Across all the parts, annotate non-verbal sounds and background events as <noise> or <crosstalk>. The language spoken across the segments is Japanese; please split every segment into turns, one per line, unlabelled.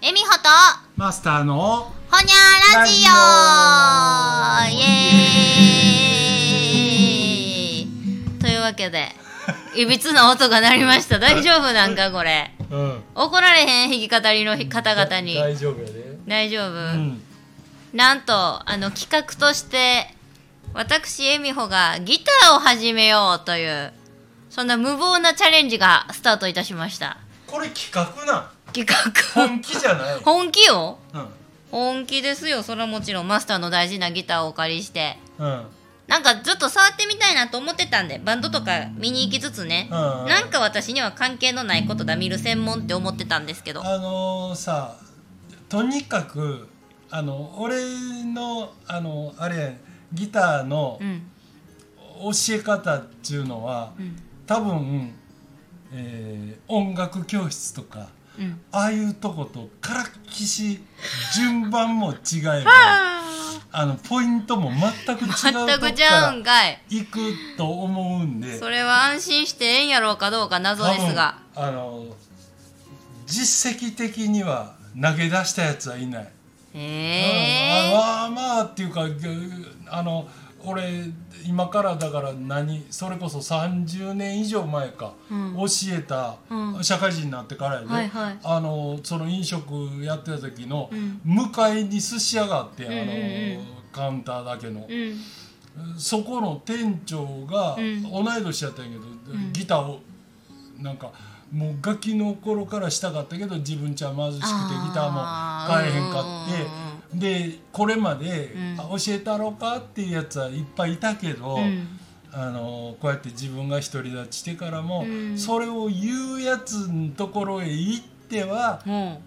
と
マスターの
ほにゃラジオイエーイというわけで、いびつな音が鳴りました。大丈夫なんかこれ。
うん
怒られへん弾き語りの方々に。
大丈夫やで
大丈夫、
ん
なんと、あの企画として、私、えみほがギターを始めようという、そんな無謀なチャレンジがスタートいたしました。
これ企画なん
企画。
本気じゃ
<laughs>
ない
本気よ
うん
本気ですよそれはもちろんマスターの大事なギターをお借りして
うん
なんかちょっと触ってみたいなと思ってたんでバンドとか見に行きつつね、
うん
なんか私には関係のないことだ見る専門って思ってたんですけど
あのー、さとにかくあの俺のあのあれギターの
うん
教え方っちゅうのは、
うん
多分、えー音楽教室とか
うん
ああいうとことからっきし順番も違
<laughs>
えばあのポイントも全く違う
全
とこ
くち
か
ゃ
ら
うんかい
行くと思うんで
それは安心してええんやろうかどうか謎ですが
多分あの実績的には投げ出したやつはいない。
へえ
ああまあっていうかぐあの俺今からだから何それこそ30年以上前か、
うん
教えた、
うん
社会人になってからやで、
はいはい
あのその飲食やってた時の
うん
向かいに寿司屋があって、あの
うんうんうん
カウンターだけの
う、ん
そこの店長が
うん
同い年やったんやけど、
ん
ギターをなんかもうガキの頃からしたかったけど自分ちは貧しくてギターも買えへんかってでこれまで、
うん
あ教えたろうかっていうやつはいっぱいいたけど、
うん
あのこうやって自分が独り立ちしてからも、
うん
それを言うやつのところへ行っては
も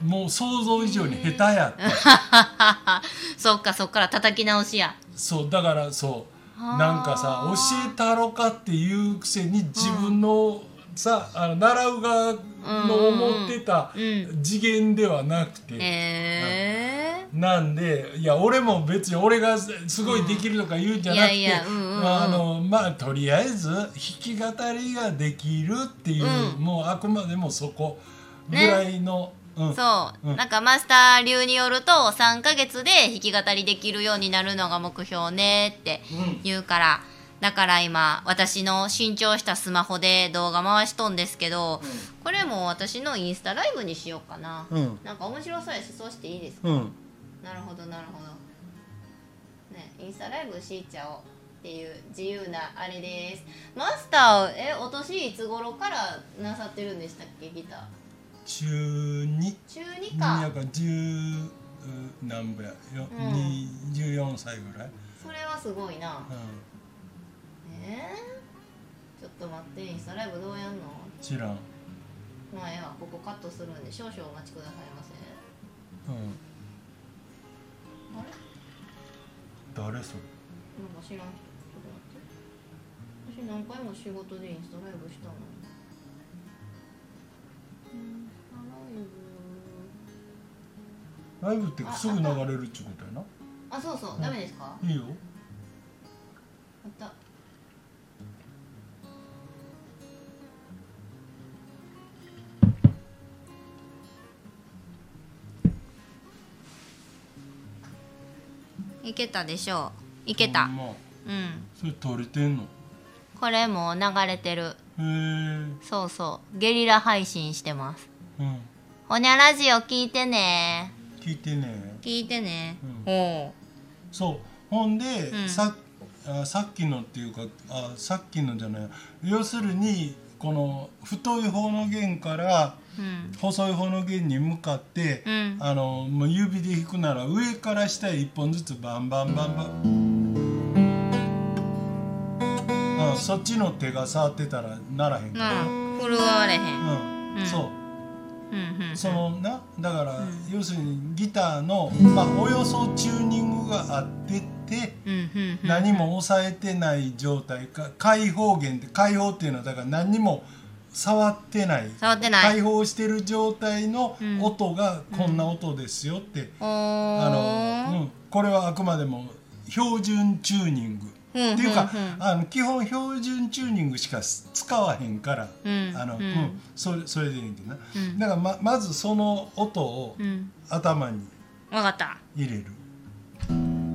もう想像以上に下手やった。
う <laughs> そっかそっから叩き直しや
そうだからそう
あー
なんかさ教えたろかっていうくせに自分の、さあの習う側の思ってた
うんうんう
次元ではなくて、
へえ
なんでいや俺も別に俺がすすごいできるとか言うんじゃなくて、
うんいやいやうんうんうん
あのまあとりあえず弾き語りができるっていう、
うん
もうあくまでもそこぐらいの、うん、
そう、
うん
なんかマスター流によると3ヶ月で弾き語りできるようになるのが目標ねって
うん
言うから、だから今私の新調したスマホで動画回しとんですけど、これも私のインスタライブにしようかな、
うん
なんか面白そうやしそうしていいですか
うん
なるほどなるほどねインスタライブしちゃおうっていう自由なあれですマスターえお年いつ頃からなさってるんでしたっけギター
中2
中2か
なんか10何部や、よ
うん
に14歳ぐらい、
それはすごいな
うん、
えー、ちょっと待ってインスタライブどうやんの
知らん、うん、
まあええわここカットするんで少々お待ちくださいませあれ
誰それ
なんか知らん人ちょっと待って私何回も仕事でインスタライブしたのにインスタライブ
ライブってすぐ流れるっちゅうことやな
あそうそうダメですか
いいよ
やったいけたでしょういけた
ほんま
うん
それ撮れてんのへ
これも流れてる
えうん
そうそうゲリラ配信してますほにゃラジオ聞いてね
聞いてね
聞いてね
う
おう
そうほんで、
うん
さあさっきのっていうかあさっきのじゃない要するにこの太い方の弦から
うん
細い方の弦に向かって、
うん
あのもう指で弾くなら上から下へ1本ずつバンバンバンバン、うんそっちの手が触ってたらならへんか
なあ震われへん
ら、
う
うんん、そう
うんうん
そのなだから、要するにギターの、まあ、およそチューニングがあってて
うんうんうん
何も抑えてない状態か開放弦って開放っていうのはだから何にも触ってない
触ってない
解放してる状態の
うん
音がこんな音ですよって、
お
あの、うん、これはあくまでも標準チューニング
ううん
っていうか、
うんうん
あの基本標準チューニングしか使わへんから、
うん
あの
うん
うんそれそれでいいんだけどな、
うん
だからままずその音を
うん
頭に
わかった
入れる、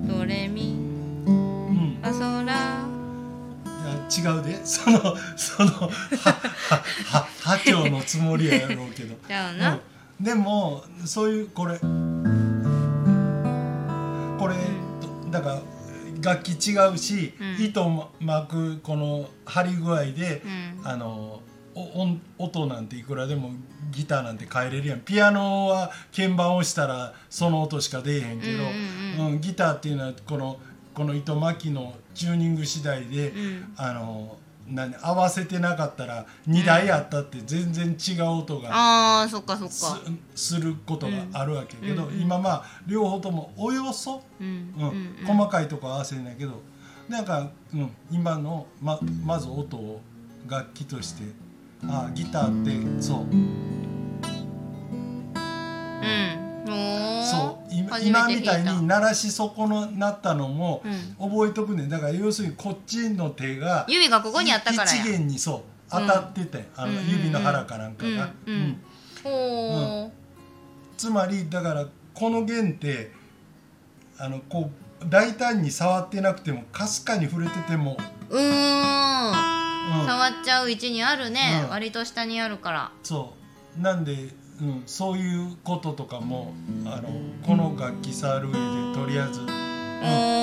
ドレミ
うん
ファソラ
いや違うでそのそのははは波長のつもりやろうけど、
ちゃうな
うん、でもそういうこれこれとだから楽器違うし、
うん
糸を巻くこの張り具合で、
うん
あのお音音なんていくらでもギターなんて変えれるやんピアノは鍵盤を押したらその音しか出えへんけど、
うん
うんギターっていうのはこのこの糸巻きのチューニング次第で、
うん
あの何合わせてなかったら2台あったって全然違う音が
あーそっかそっ
す,、
か
することがあるわけやけど、
うんうん
今まあ両方ともおよそ、
うん
うん細かいとこ合わせるんやけどなんか、うん、今のままず音を楽器としてあギターってそう
うんおー
そう今
初めて
今
聞
み
いた
たいに鳴らし損なったのも覚えとくねんだから要するにこっちの手が
指がここにあったから
一
や
弦にそう当たってて、あの
うん
指の腹かなんかが、
うんうんほ
つまりだからこの弦ってあのこう大胆に触ってなくてもかすかに触れてても、
ーうーん
うん
触っちゃう位置にあるね、
うん
割と下にあるから
そうなんで、うん、そういうこととかもあのこの楽器触る上でとりあえず、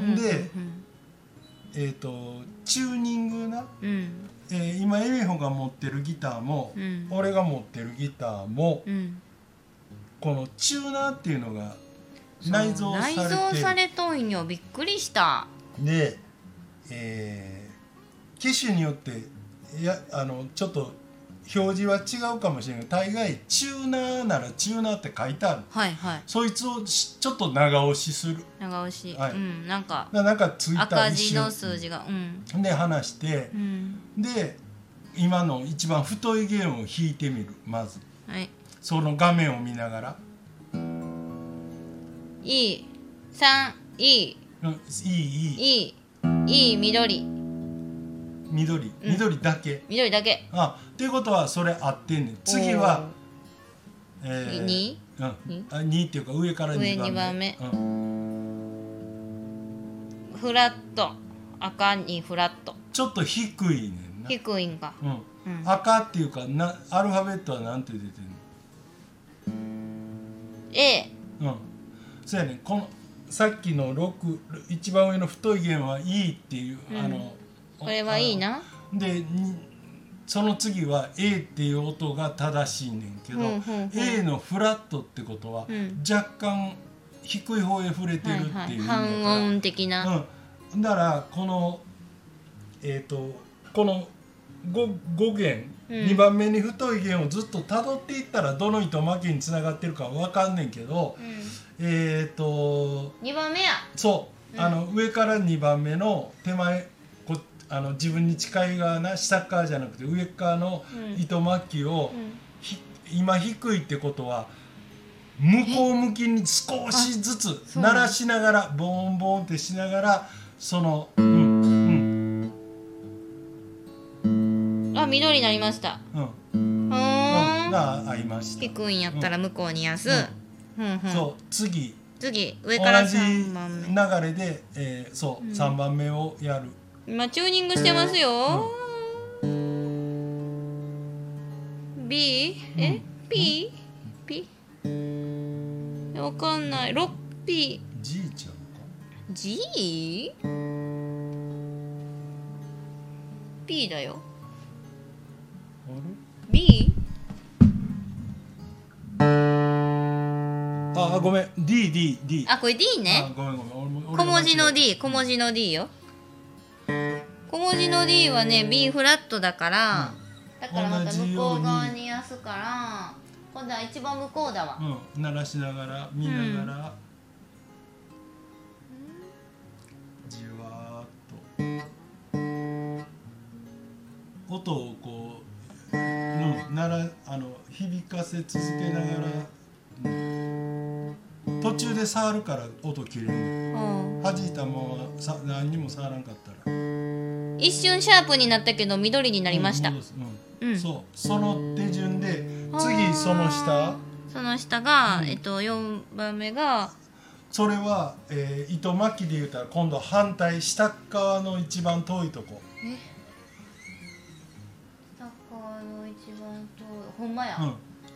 う
そうで
うん
えー、とチューニングな、
うん
えー今エミホが持ってるギターも、
うん
俺が持ってるギターも、
うん
このチューナーっていうのが内蔵されてる
内蔵されとんよびっくりした
で、えー機種によっていやあのちょっと表示は違うかもしれないけど大概チューナーならチューナーって書いてある
はいはい
そいつをしちょっと長押しする
長押し、
はい
うんなんか
ななんかついた
赤
一
字
瞬
の数字がうん
で話して
うん
で今の一番太い弦を弾いてみるまず
はい
その画面を見ながら、
いい三いい
うん、いいいい
いいいい緑
緑緑だけ、
緑だけ
あっていうことはそれ合ってんねん次は、え
お
ー
ー二
うん、あ2っていうか上から2番目
上
うん、
フラット赤にフラット
ちょっと低いねんな、
低いんか
うん
うん
赤っていうかなアルファベットはなんて出てん
A
のうんそうやねんこのさっきの6一番上の太い弦は E っていう、あの
これはいい
あ
な
のでにその次は A っていう音が正しいねんけど、
うんうんうん
A のフラットってことは
うん
若干低い方へ触れてる
は
っ
い
ていう
はい
意味だから、
半音的な
うん、だからこのえっ、とこの 5, 5弦、
う
二
ん
2番目に太い弦をずっとたどっていったらどの糸巻きにつながってるかわかんねんけど、えっ、と
二番目や
そう、
うん
あの上から2番目の手前こあの自分に近い側な下っ側じゃなくて上っ側の
うん
糸巻きを、
うん
ひ今低いってことは向こう向きに少しずつ
そう
鳴らしながらボンボンってしながらそのうんうん
あ緑になりました
うん
うん
が合いました、
低いんやったら向こうにやすうんうん
そう次
次上
同
から
じ
三番目
流れで、えーそう、
うん
3番目をやる
今チューニングしてますよ B え P P わかんない 6P
G ちゃうか
G? P だよ。
あれ
B?
ああごめん DDD
あ、これ D ね。
ごめんごめん俺も俺
小
も
文字
間
の
違え
D、小文字の D よ。小文字の D はね、B フラットだから、だからまた向こう側にやすから、今度は一番向こうだわ
た。うん、鳴らしながら見ながら、じわーっと音をこう、うん、ならあの響かせ続けながら、うん途中で触るから音切れ
う
る
うん
弾いたもんはさ何にも触らんかったら
一瞬シャープになったけど緑にな
あ
りました、
うん戻す
う
うん
ん、
そうその手順で
あー
次その下
その下が、
うん
えっと、4番目が
それは、えー糸巻きで言うたら今度反対下っ側の一番遠いとこ、
え下側の一番遠いほんまや、
うん、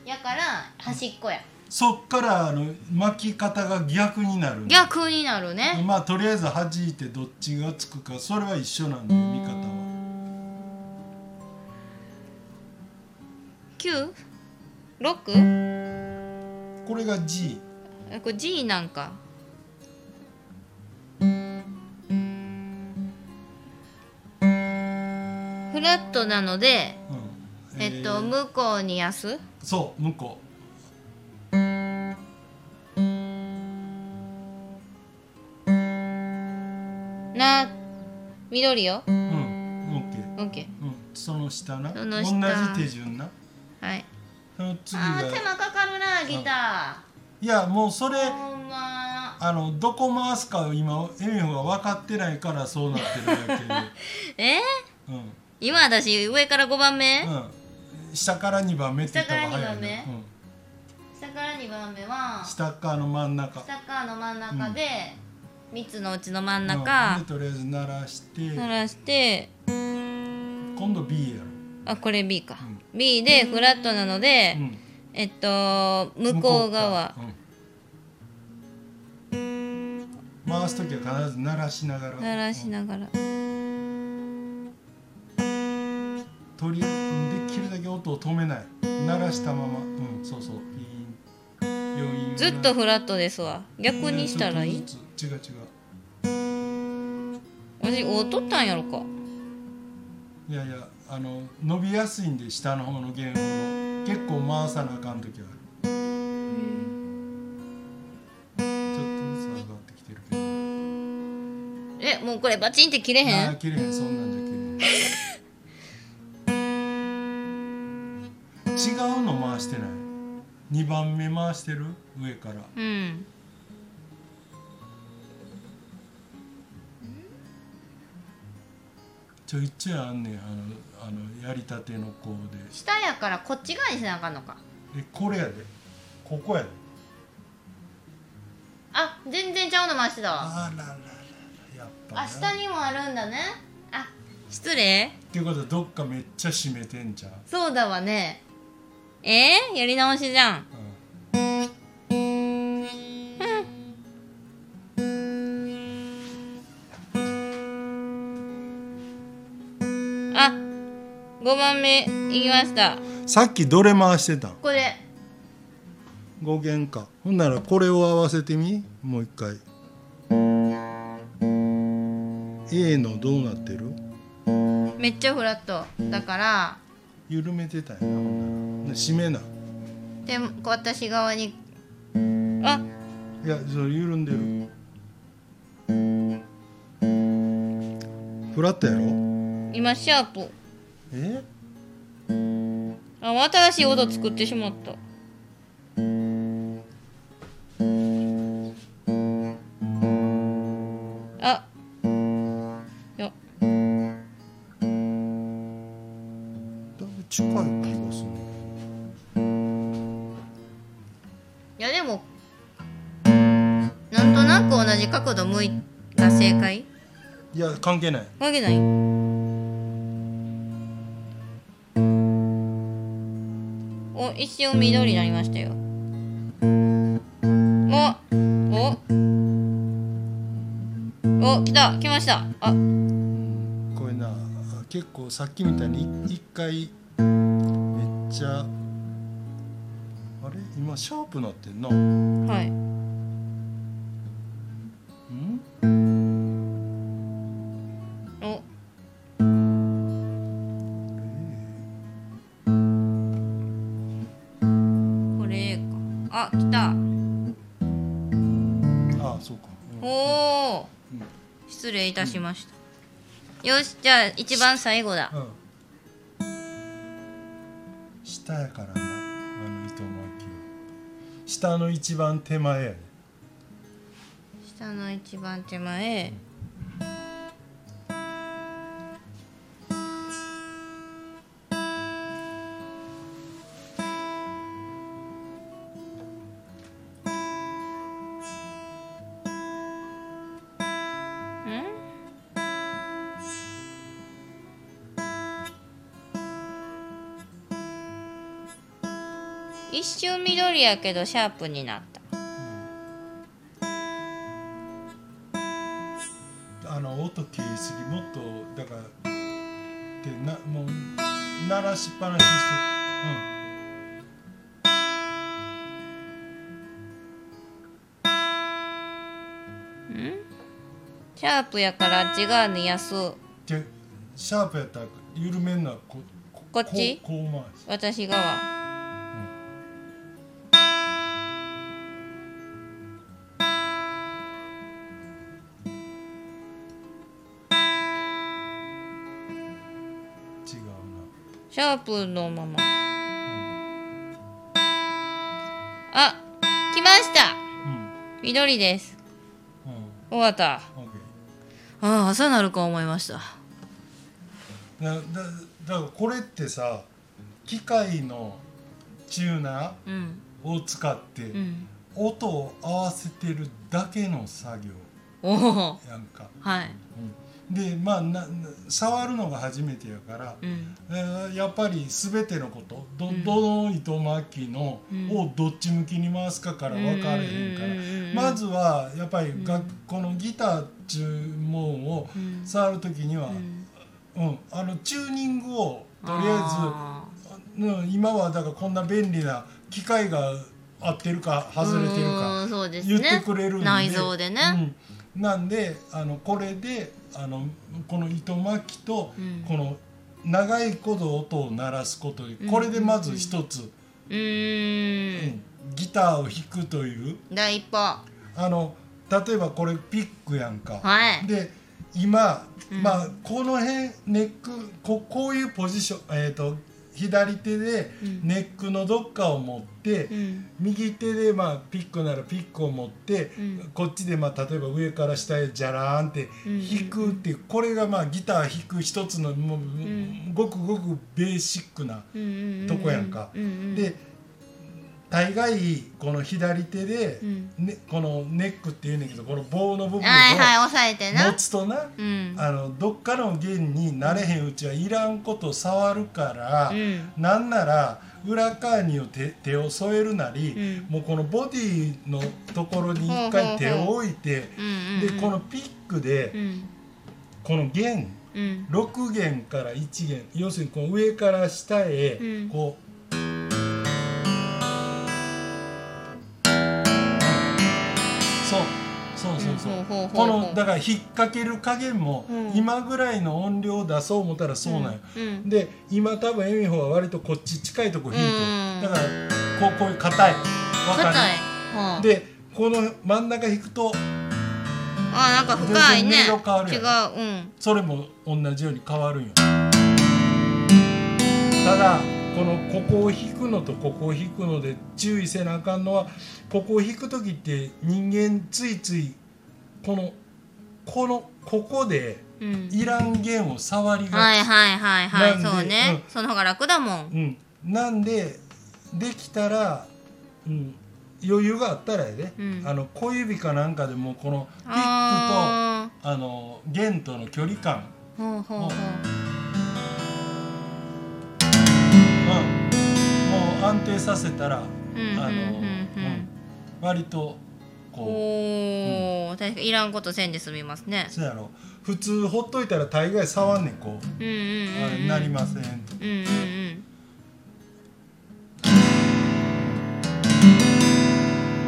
やから端っこや
そっからあの巻き方が逆になるんだ
逆になるね
まあとりあえず弾いてどっちがつくかそれは一緒なんで見方は
96? え
これが G
これ G なんかフラットなので
うん
えっと、
ー
向こうにやす
そう向こ
な緑よ
ううん OK、
OK
うん、その下な
その下
同じ手順な
はい
その次
あー手
が
間かかるなギタ
いやもうそれ
ーほんま
あのどこ回すか今エミホが分かってないからそうなってるだ
<laughs>
けで、
えー
うんう
今私上から5番目、
ん、下から2番目って言った方が早い
下から二番
な
目
うん
下から2番目は下
下っ側の真ん中
側の真ん中で、三3つのうちの真ん
う
中
ん、でとりあえず鳴らして
鳴らして
今度 B やろ、
あこれ B か、
う
B でフラットなので、
うん
えっと向こう側
向こう側うん回す時は必ず鳴らしながら
鳴らしながら
とりあえずできるだけ音を止めない鳴らしたままうんそうそうピーン余韻を
ずっとフラットですわ逆にしたらい
う
い
んちょっとずつ違う違
私お取ったんやろか
ういやいやあの伸びやすいんで下の方の弦を結構回さなあかん時はあるちょっとずつ上がってきてるけど
えもうこれバチンって切れへ
あー
ん
切れへんそんなんじゃ切れへん違うの回してない2番目回してる上から
うん
ちょいちょいあんねんあのあのやりたての子で
下やからこっち側にせなあかんのか
えこれやでここやで
あ全然ちゃうの回してたわ
あららららやっぱな
あ下にもあるんだねあ失礼
ってことはどっかめっちゃ締めてんじゃん、
そうだわねえー、やり直しじゃん
う
あ5番目いきました
ん、さっきどれ回してたん
これ
5弦かほんならこれを合わせてみもう一回 A のどうなってる
めっちゃフラットだから
緩めてたんやなほんなら締めな
で私側にあ
いやそれ緩んでるフラットやろ
今シャープ
え
あ新しい音作ってしまったあよ
だいぶ近い気がする
いやでもなんとなく同じ角度向いた正解
いや関係ない
わけないお一瞬緑になりましたよおおお来た来ましたあ
これな結構さっきみたいにい一回めっちゃあれ今シャープなってんな
はい
うん
おこれかあ来た
ああそうか、うん
おお
うん
失礼いたしました、よしじゃあ一番最後だ
うん下やからなあの糸巻きは下の一番手前やね
下の一番手前ん一瞬緑やけどシャープになった
あの音消えすぎもっとだからってなもう鳴らしっぱなしにし
シャープやからあっち側にやす
とうんでシャープやったら緩めんのはここ
こっち
こうこう回し
私側
違うな
シャープのままあ来ました
うん
緑です
う
終わった
ん OK
ああ朝なるか思いました
だだだからこれってさ機械のチューナ
うん
ーを使って
うん
音を合わせてるだけの作業
おお
やんか、
はい
うんでまあなな触るのが初めてやから、
うん
えーやっぱり全てのことど,、
うん
どの糸巻きの
うん
をどっち向きに回すかから分かれへんから、
うんうんうんうん
まずはやっぱり
ん
学校のギターっちゅうもんを
うん
触る時には、
うん
うん、あのチューニングをとりあ
あ
えず、うん、今はだからこんな便利な機械が合ってるか
ー
外れてる
う
か
ーんそうですね
言ってくれるんで
内臓でね、
うん、なんであのこれであのこの糸巻きと
うん
この長いこと音を鳴らすことで
ん
これでまず一つ、
うーん
うんギターを弾くという
第一歩
あの例えばこれピックやんか。
はい
で今、
うん
まあこの辺ネックここういうポジション、えー、と左手で
うん
ネックのどっかを持って、
うん
右手で、まあ、ピックならピックを持って、
うん
こっちで、まあ、例えば上から下へジャラーンって
うん
弾くっていう、これが、まあ、ギター弾く一つのもう、
ん
ごくごくベーシックな。
うんうんうん
とこやんか
うんうん
で大概この左手で、
うん
ね、このネックっていうんだけどこの棒の部分を
はいはい押さえてな
持つとな、
うん
あのどっかの弦になれへんうちはいらんこと触るから、
うん
なんなら裏側に手手を添えるなり、
うん
もうこのボディのところに一
ほうほうほ
回
う
手を置いて、
うん
でこのピックで、
うん
この弦
うん
6弦から1弦要するにこう上から下へ
うん
こう。そうそうそうそう、
うんほうほうほうほう
このだから引っ掛ける加減も
うん
今ぐらいの音量を出そう思ったらそうなんよ、
うん
で今多分エミホは割とこっち近いとこ弾いて
うん
るだからこうこういう硬いわ
硬い
か
はあ
るでこの真ん中弾くと
あなんか深いね
全然色変わる
違
や
ううん
それも同じように変わるんよただこのここを弾くのとここを弾くので注意せなあかんのはここを弾く時って人間ついついこのこのここで
うん
いらん弦を触りがち、
はいはいはいは
なん
い
で
そうね
う
その方が楽だも
うんん、なんでできたら、うん、余裕があったらやで、
うん
あの小指かなんかでもこのピックとあ
あ
の弦との距離感、
ーほうほうほう
うん、もう安定させた
う
ら、
んうん
あ
うん
の、
うん
割とこ
おお確かにいらんことせんで済みますね
うそうやろ普通ほっといたら大概触んねん
う
こう、
んうん
あ
うんうん
なりませんと
うんうんうん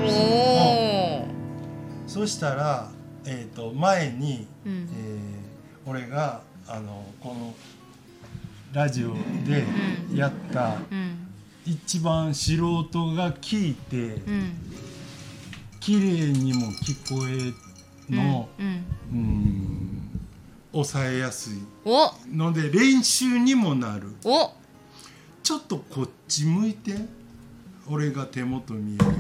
おお
そしたら、えー、と前に
うん
えー俺があのこのラジオでやった
うん
一番素人が聞いて
うん
綺麗にも聞こえの、
うん
うーん、抑えやすい
お
ので練習にもなる
お
ちょっとこっち向いて俺が手元見えるように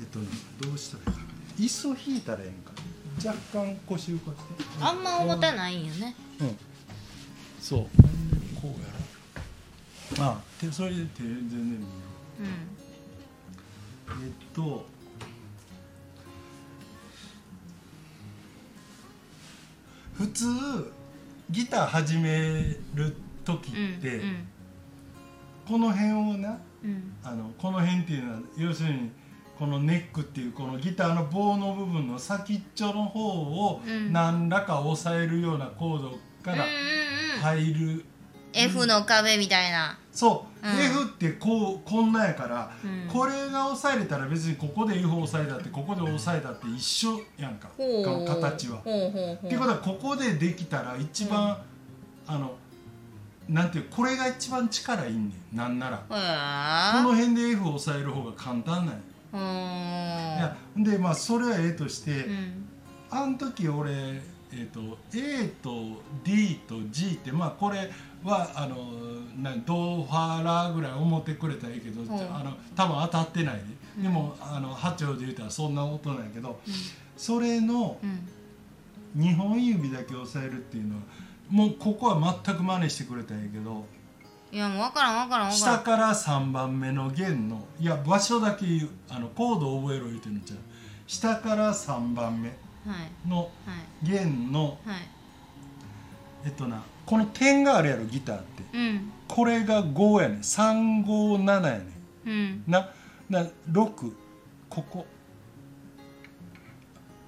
えっとねどうしたらいいかな椅子を引いたらええんか若干腰浮かして
あんま重た
い
ないんよね
うんそうこうやろあ手それで手全然見える
うん
えっと普通ギター始める時って、
うん
この辺をな
うん
あのこの辺っていうのは要するにこのネックっていうこのギターの棒の部分の先っちょの方を
うん
何らか押さえるようなコード
うん
か
うん
ら
うん
入る、
F の壁みたいな
そう、
うん
F ってこうこんなんやから、
うん
これが押さえれたら別にここで F を押さえたってここで押さえたって一緒やんか
ほう
か形は。
ほうほうほう
っていうことはここでできたら一番、あのなんていうこれが一番力いんねんなんなら。
へ
こ
え
の辺で F を押さえる方が簡単なんや。
う
い
ーん
やでまあそれはええとして、
うん
あの時俺、えー、と A と D と G ってまあこれはあのなドーファーラーぐらい思ってくれたらいいけど、
ん
あの多分当たってないで、
うん
でもあの八丁で言うたらそんな音なんやけど、それの
うん
2本指だけ押さえるっていうのはもうここは全く真似してくれたらいいけど
いやもう分からん分からん分から
下
ん
から3番目の弦のいや場所だけ言うあのコードを覚えろ言うてるんちゃう下から3番目
はい
の
はい
弦の
はい
えっとなこの点があるやろギターって
うん
これが5やねん357やね
うん
んなな6ここ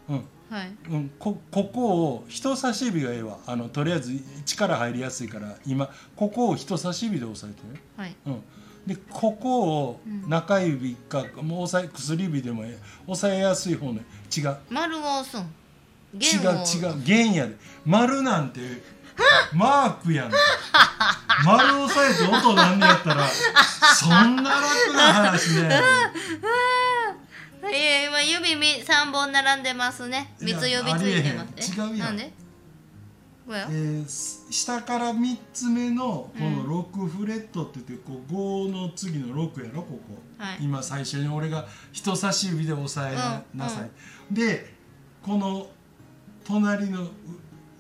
うん
はい
うん、こここを人差し指がええわあのとりあえず力入りやすいから今ここを人差し指で押さえてね
はい
うん、でここを
うん
中指か、もう押さえ薬指でもええ押さえやすい方ね違う
丸は押すん
違
弦を
う違う弦やで丸なんてマー
<laughs>
クやん丸押さえて音なんねやったらそんな楽な話ね
いや今指み三本並んでますね
いや
三つ指ついてます
ありえへん違うやん
なんでこれ
えーす下から3つ目のこ
う
の6フレットって言ってこう5の次の6やろここ、
はい
今最初に俺が人差し指で押さえ
う
な,、
ん
さい、でこの隣のう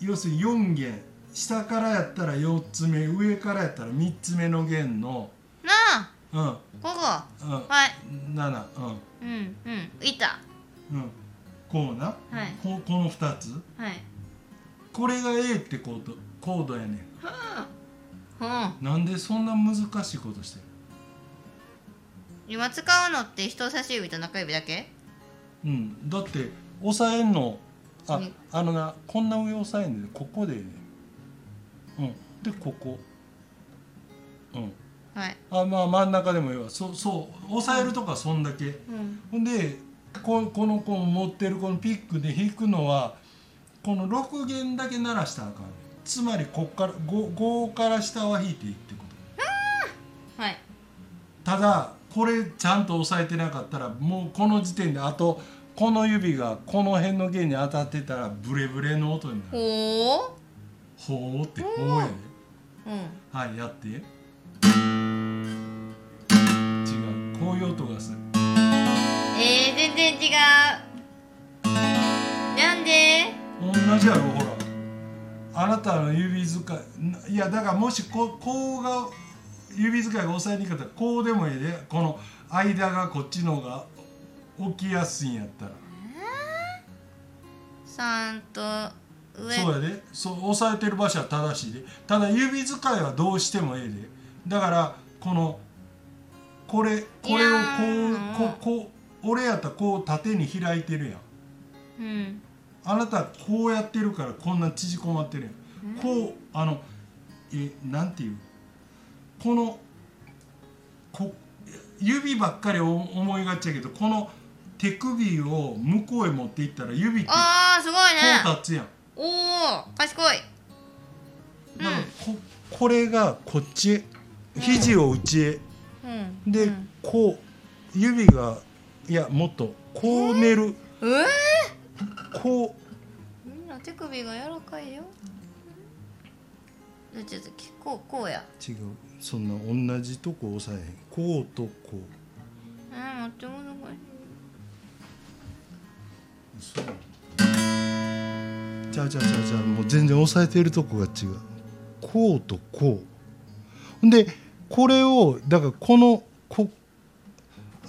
要するに4弦下からやったら4つ目上からやったら3つ目の弦の
なあ
うんうん
ここはい
7うん
うんうんいた
うんこうな、
はい
ここの2つ
はい
これが A ってコードコードやねん
うん
なんでそんな難しいことしてる
今使うのって人差し指と中指だけ
うん、だって押さえんのあ
ね
あのなこんな上押さえんでここで、うんでここうん
はい
あまあ真ん中でもいいわそうそう押さえるとかそんだけ、
うん
ほんでここの子持ってるこのピックで弾くのはこの6弦だけ鳴らしたらあかんつまりこっから 5, から下は弾いていいってこと
はい
ただこれちゃんと押さえてなかったらもうこの時点であとこの指がこの辺の弦に当たってたらブレブレの音になる
ほ
ほうってほうやで
ううん
はいやって違うこういう音がする
えー、全然違うなんで
同じやろほらあなたの指使いいやだからもしここうが指使いが押さえにくかったらこうでもいいでこの間がこっちの方が起きやすいんやったら
三と上
そうやでそう押さえてる場所は正しいでただ指使いはどうしてもええでだからこのこれこれを
いやー
こうここう俺やったらこう縦に開いてるや
う
ん
ん
あなたはこうやってるからこんな縮こまってるやんこうあのえなんていうこのこ指ばっかりお思いがちやけどこの手首を向こうへ持っていったら指ってこ
あーすごいうね
立つやん
おお賢い
だからここれがこっちへ肘を内へ、
うん
で、
うん
こう指がいやもっとこう寝る、
えー、
こ
みんな手首が柔らかいよじゃあちょっとこうこうや
う違うそんな同じとこ押さえへんこうとこう
えー、待ってもどこ
そう
じゃあじゃあじゃあじゃあもう全然押さえてるとこが違うこうとこうでこれをだからこのこ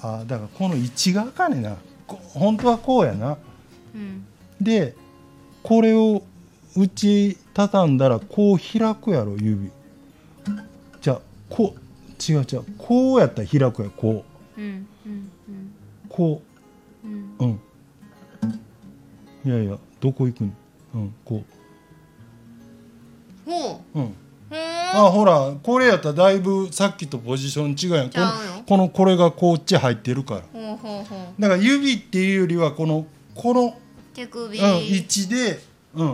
あだからこの位置があかんねんなこ本当はこうやな
うん
でこれを打ち畳んだらこう開くやろ指じゃあこう違う違うこうやったら開くやこう
うんうんうん
こ
うん
ううんいやいやどこ行くんうんこ
ほ
ううん
うふーん
あほらこれやったらだいぶさっきとポジション違うやん
ちゃうよ
このこのこれがこっち入ってるから
ほうほうほう
だから指っていうよりはこのこの、
手
うん、
首
位置でうんうん
う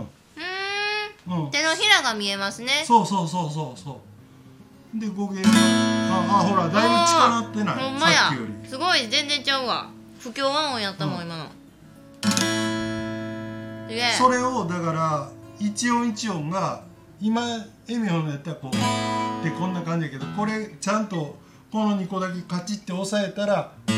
ーん手のひらが見えますね
そうそうそうそうそうで語源ああほらだいぶ力合って
ほん
ない
ま
さ
や
っきより
すごい全然ちゃうわ不協和音やったもん、
うん
今のすげえ
それをだから一音一音が今エミホのやったらこうってこんな感じやけどこれちゃんとこの2個だけカチッて押さえたら
え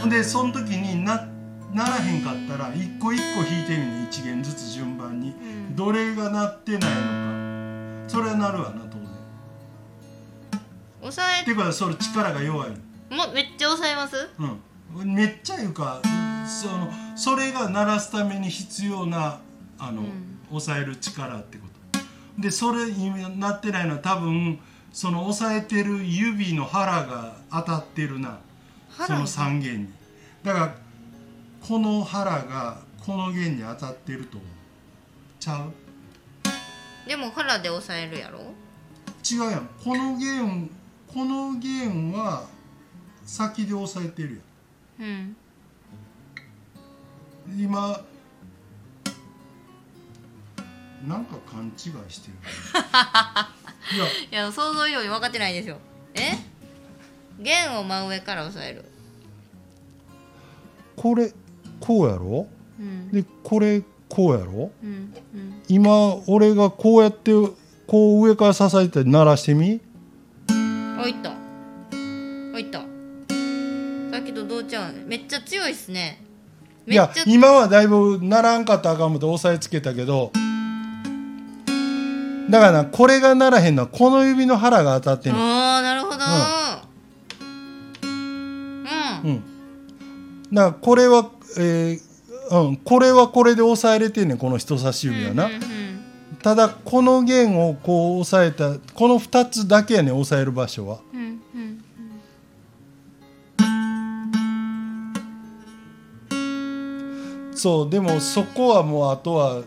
ほんでその時になならへんかったら一個一個弾いてみる1弦ずつ順番に
ーうん
どれが鳴ってないのかそれは鳴るわな当然
押さ
っていうかそれ力が弱い
えもめっちゃ押さえます
うんめっちゃいうかそのそれが鳴らすために必要なあの、
うん
抑える力ってことでそれになってないのは多分その押さえてる指の腹が当たってるなそ
腹
の3弦にだからこの腹がこの弦に当たってると思うちゃう
でも腹で押さえるやろ
違うやんこの弦この弦は先で押さえてるやん
うん
今なんか勘違いしてるいや
いや想像以上に分かってないでしょえ弦を真上から押さえる
これこうやろ
うん
でこれこうやろ
うんうん
今俺がこうやってこう上から支えて鳴らしてみ
おいったおいったさっきとどうちゃうめっちゃ強いっすね
い
めっ
や
ちゃ
今はだいぶならんかったらあかんもと押さえつけたけどだからなこれがならへんのはこの指の腹が当たってんの
ああなるほどうん、
うんだからこれはえーうんこれはこれで押さえれてんねんこの人差し
うん、
指はな
うんうん
ただこの弦をこう押さえたこの2つだけやねん押さえる場所は
うんうん
そうでもそこはもうあとは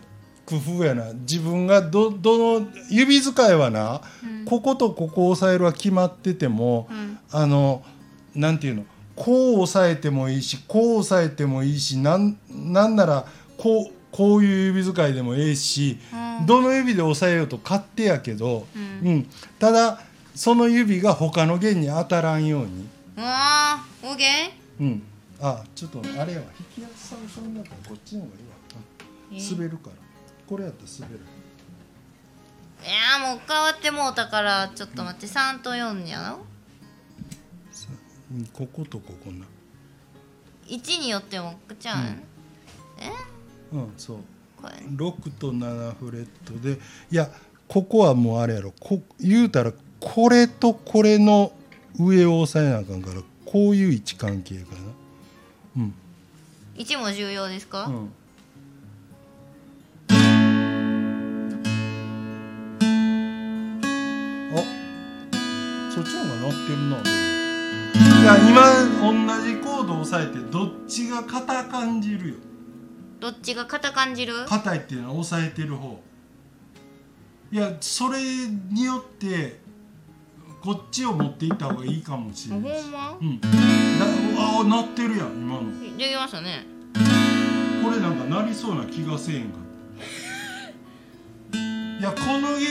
工夫やな自分がどどの指使いはな、
うん
こことここを押さえるは決まってても、
うん
あのなんていうのこう押さえてもいいしこう押さえてもいいしなんなんならこうこういう指使いでもええし、
うん
どの指で押さえようと勝手やけど、
うん
うんただその指が他の弦に当たらんように。
うわーオーケ
うん、あちょっとあれは引きやすさのそんなからこっちの方がいいわ、
ーい
滑るからこれやったら滑る
やーもう変わってもうたからちょっと待って3と4やろ
さうんこことここな
1によってもじゃあ、
うんうんそう
これ
6と7フレットでいやここはもうあれやろこ言うたらこれとこれの上を押さえなあかんからこういう位置関係かな
1も重要ですか、
うんうんあそっちの方が鳴ってるない
や今同じコードを押さえてどっちが硬感じるよ
どっちが肩感じる
硬いっていうのは押さえてる方いやそれによってこっちを持っていった方がいいかもし
ほ
れ
ん
ないし
ま
うんだあ鳴ってるやん今の
できましたね
これなんかなりそうな気がせえへんかったいやこのゲー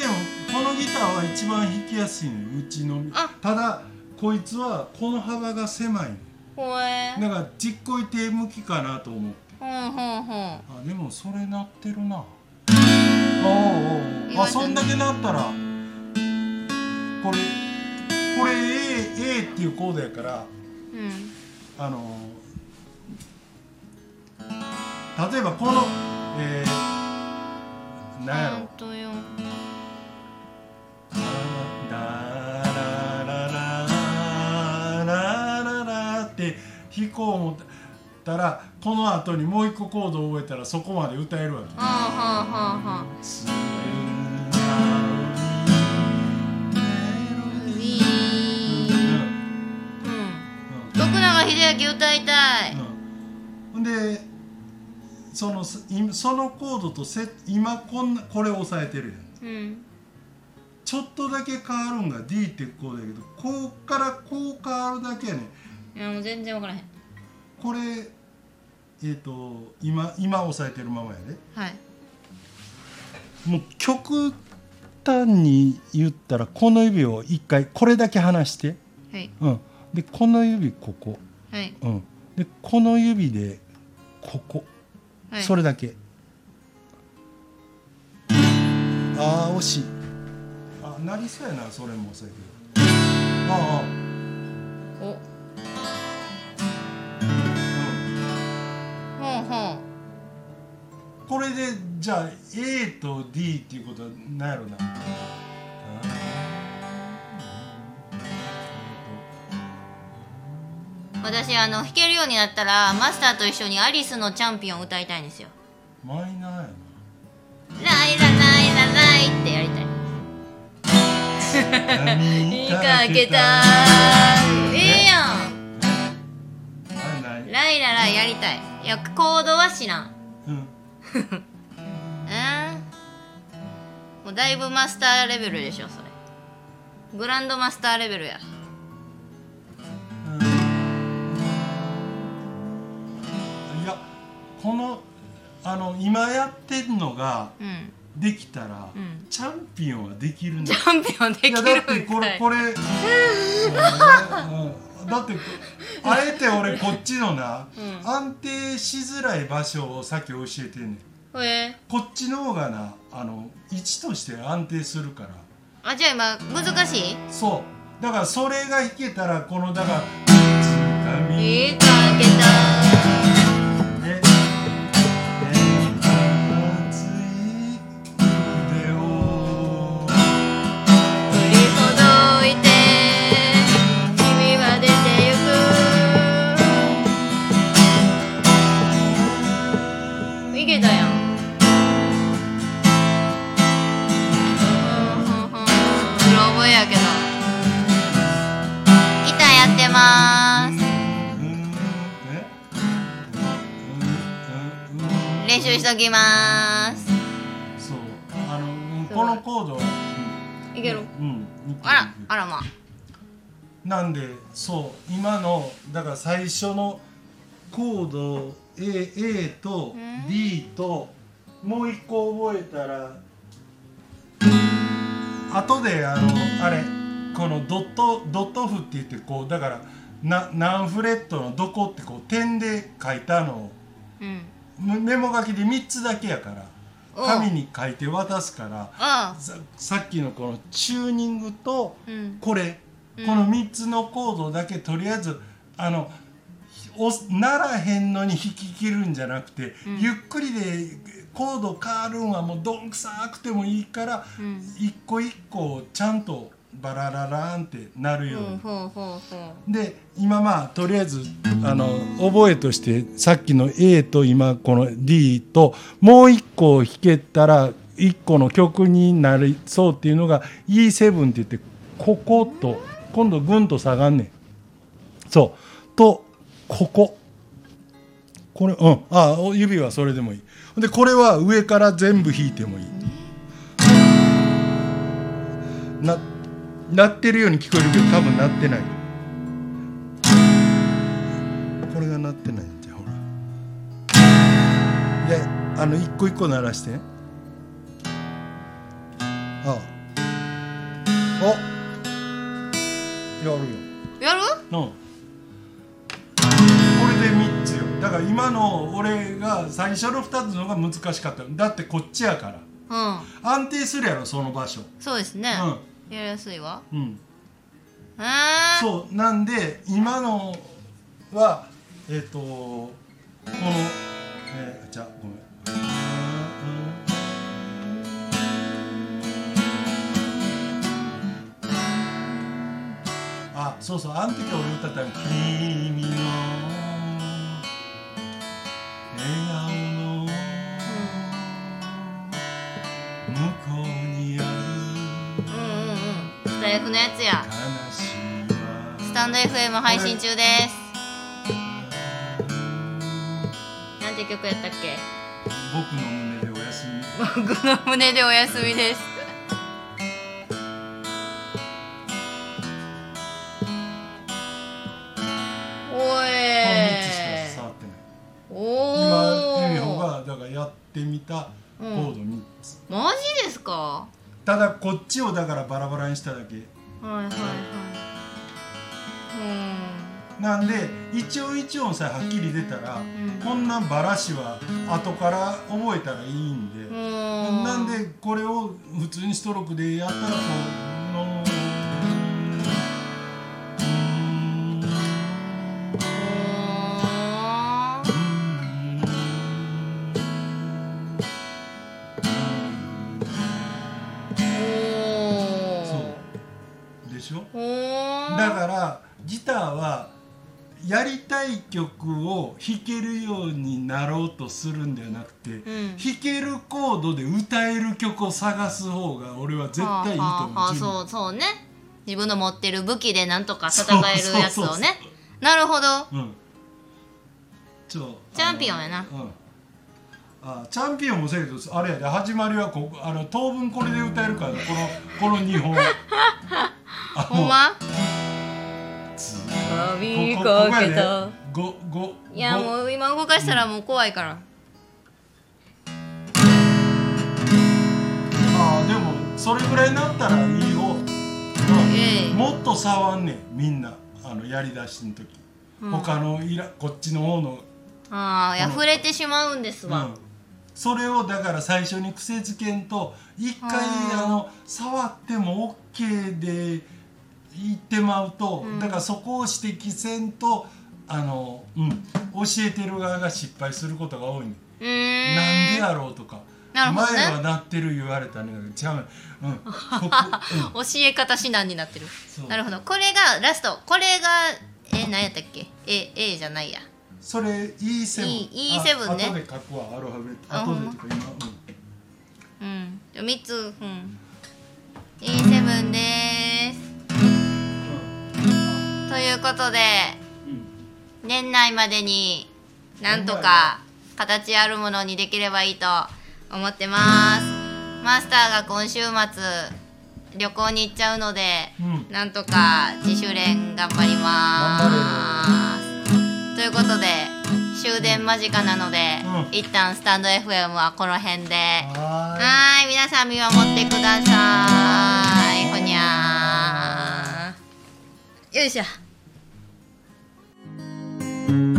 ムこのギターは一番弾きやすいのようちの
あ
ただこいつはこの幅が狭い
ほえ
のだからちっこい手向きかなと思って
ほんほんほん
あでもそれ鳴ってるなあああそんだけ鳴ったらこれこれ A, A っていうコードやから
うん
あの例えばこの、えー、なんやろ
本当よ
ラララララララって弾こう思ったらこの後にもう一個コードを覚えたらそこまで歌えるわけ。
はあはあはあはあウィーンうん徳永英明歌いたい
うんでその今そのコードとセ今こんなこれ押さえてるやん
うん
ちょっとだけ変わるんが D ってこうだけどこうからこう変わるだけやねん
いやもう全然わからへん
これえっ、と今今押さえてるままやで
はい
もう極端に言ったらこの指を一回これだけ離して、
はい
うん、でこの指ここ、
はい
うん、でこの指でここ、
はい
それだけああ惜しい
あなりそうやなそれも押さえてるあ
お
あ、
ほう
う、
ほうん
これでじゃあ A と D っていうことはなんやろな
私あの弾けるようになったらマスターと一緒にアリスのチャンピオン歌いたいんですよ
マイナーやな
ライラライラライってやりたい <laughs> 見かけたいいやん
あない
ライラライやりたいいやコードは知らん
うん
えーもうだいぶマスターレベルでしょそれグランドマスターレベルや
いやこのあの今やってんのが
うん
できたら、
うん
チャンピオンはできるん
チ
だ
ャンピオン <laughs> でき
い
る
や
んか
だ
い
ってこれこれ、うんだってあえて俺こっちのな、
うん
安定しづらい場所をさっき教えてんねん
ほえ
こっちの方がなあの位置として安定するから
あじゃあ今難しい
そうだからそれが弾けたらこのだから「つかみ
見かけた
「熱い腕を
降り届いて君は出てゆくいけたやんうんうんうんうろ覚えやけどギターやってます練習しときます
そうあのうんこのコード
いける
うん
あらあらまあ
なんでそう今のだから最初のコード A, A と D ともう一個覚えたら後であのあれこのドットドット譜って言ってこうだからな何フレットのどこってこう点で書いたのを
うん
メメモ書きで3つだけやから
おう
紙に書いて渡すから
あ
ささっきのこのチューニングと
あうん
これ、
うん
この3つのコードだけとりあえずあのおならへんのに弾き切るんじゃなくて、
うん
ゆっくりでコード変わるんはもうどんくさくてもいいから、
うん
一個一個ちゃんとバラララーンってなるよう
ほう
に。
ほうほうほ
で今まあとりあえずあの覚えとしてさっきの A と今この D ともう一個弾けたら一個の曲になりそうっていうのが E7 って言ってここと今度ぐんと下がんねんそうとこここれうんあお指はそれでもいいでこれは上から全部弾いてもいいな鳴ってるように聞こえるけど多分鳴ってないこれが鳴ってないんじゃほらであの一個一個鳴らしてああおやるよ
うやる
のこれで3つよだから今の俺が最初の2つのが難しかっただってこっちやか
う
ら
ん
安定するやろその場所
そうですね、
うん
やりやすいわ
うん
あー
そうなんで今のはえっ、とこの、えー、じゃあごめん。あそうそうあの時俺歌ったの「君の笑顔の向こうにある
うんうんうんスタイフのやつや
悲しい
スタンド FM 配信中ですなんて曲やったっけ
僕の胸でおやすみ
僕の胸でお休みですおい
この3つしか伝わってな
お
い今ユミホ
ー
がだからやってみたコード3つ、
マジですか
ただこっちをだからバラバラにしただけ
はいはいはい
なんで一音一音さえはっきり出たら、
ん
こんなバラシは後から覚えたらいいんで、
うんうん
なんでこれを普通にストロークでやったらこうの
うんおー
でしょ
おー
だからギターはやりたい曲を弾けるようになろうとするんではなくて、
ん
弾けるコードで歌える曲を探す方が俺は絶対いいと
は
思う
あはあはあ
自分
そうそうね自分の持ってる武器でなんとか戦えるやつ
そう
を
そう
ね
そう
なるほど
うんちょ
チャンピオンやな
あのうんあチャンピオンもせやけどあれやで始まりはこあの当分これで歌えるからこのこ <laughs> の2
<laughs>
本あの
ほんま
つ
旅
ここ
か
ここ
け
やで
た
ごご
いや
ご
もう今動かしたらもう怖いから
ああでもそれぐらいになったらいいよ、
ええ
もっと触んねんみんなあのやりだしの時、
うん
他のいらこっちの方の、
ああいや触れてしまうんです
うん
わ、
それをだから最初に癖づけんと一回
あー
あの触っても OK で言ってまうと、
うん
だからそこを指摘せんとあの、うん、教えてる側が失敗することが多いねん
うーん
なんでやろうとか
なるほどね
前はなってる言われたね違う
<laughs>
うんここ、うん
教え方指南になってる
そう
なるほどこれがラストこれがえ何やったっけ A, A じゃないや
それ E7
E- E7 ね
あ後で書くわアルファベット
あ
後
ほ
で
ん
とか今、
うん3つうん A7 でーすということで
うんうん
年内までになんとか形あるものにできればいいと思ってますマスターが今週末旅行に行っちゃうので、
うん
なんとか自主練頑張りますということで終電間近なので、
うん
一旦スタンド FM はこの辺では
は
ーい皆さん見守ってくださいほにゃーよいしょ
ーい